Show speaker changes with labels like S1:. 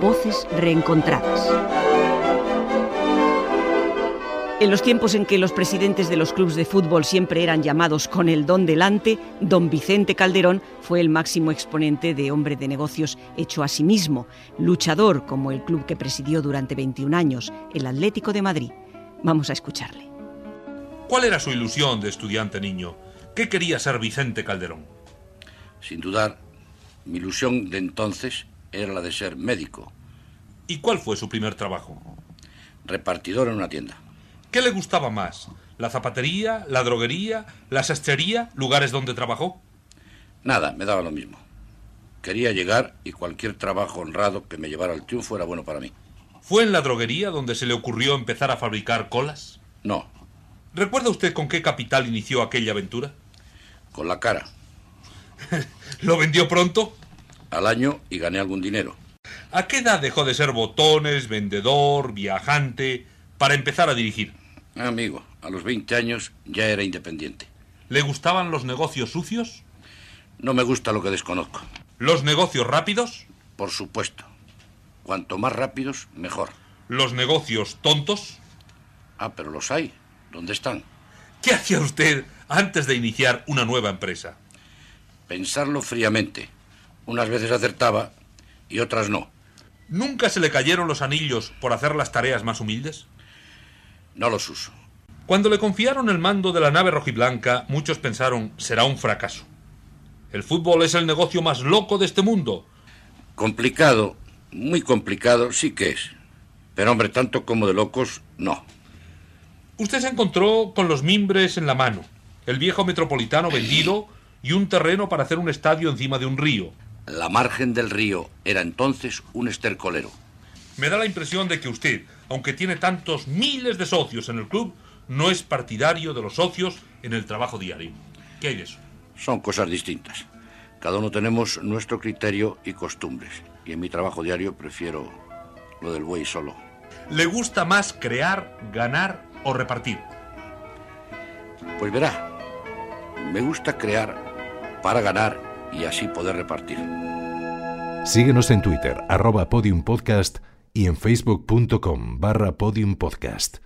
S1: Voces reencontradas. En los tiempos en que los presidentes de los clubes de fútbol siempre eran llamados con el don delante, don Vicente Calderón fue el máximo exponente de hombre de negocios hecho a sí mismo, luchador como el club que presidió durante 21 años, el Atlético de Madrid. Vamos a escucharle.
S2: ¿Cuál era su ilusión de estudiante niño? ¿Qué quería ser Vicente Calderón?
S3: Sin dudar, mi ilusión de entonces era la de ser médico,
S2: ¿Y cuál fue su primer trabajo?
S3: repartidor en una tienda.
S2: ¿Qué le gustaba más? ¿La zapatería, la droguería, la sastrería, lugares donde trabajó?
S3: Nada, me daba lo mismo. Quería llegar y cualquier trabajo honrado que me llevara al triunfo era bueno para mí.
S2: ¿Fue en la droguería donde se le ocurrió empezar a fabricar colas?
S3: No,
S2: ¿Recuerda usted con qué capital inició aquella aventura?
S3: con la cara,
S2: ¿Lo vendió pronto?
S3: al año y gané algún dinero.
S2: ¿A qué edad dejó de ser botones, vendedor, viajante, para empezar a dirigir?
S3: Amigo, a los 20 años ya era independiente.
S2: ¿Le gustaban los negocios sucios?
S3: No me gusta lo que desconozco.
S2: ¿Los negocios rápidos?
S3: Por supuesto. Cuanto más rápidos, mejor.
S2: ¿Los negocios tontos?
S3: Ah, pero los hay. ¿Dónde están?
S2: ¿Qué hacía usted antes de iniciar una nueva empresa?
S3: Pensarlo fríamente. Unas veces acertaba y otras no.
S2: ¿Nunca se le cayeron los anillos por hacer las tareas más humildes?
S3: No los uso.
S2: Cuando le confiaron el mando de la nave rojiblanca, muchos pensaron será un fracaso. El fútbol es el negocio más loco de este mundo.
S3: Complicado, muy complicado sí que es. Pero hombre, tanto como de locos, no.
S2: Usted se encontró con los mimbres en la mano, el viejo metropolitano vendido y un terreno para hacer un estadio encima de un río.
S3: La margen del río era entonces un estercolero.
S2: Me da la impresión de que usted, aunque tiene tantos miles de socios en el club, no es partidario de los socios en el trabajo diario. ¿Qué hay de eso?
S3: Son cosas distintas. Cada uno tenemos nuestro criterio y costumbres. Y en mi trabajo diario prefiero lo del buey solo.
S2: ¿Le gusta más crear, ganar o repartir?
S3: Pues verá, me gusta crear para ganar y así poder repartir.
S4: Síguenos en Twitter, arroba Podium Podcast y en facebook.com barra Podium Podcast.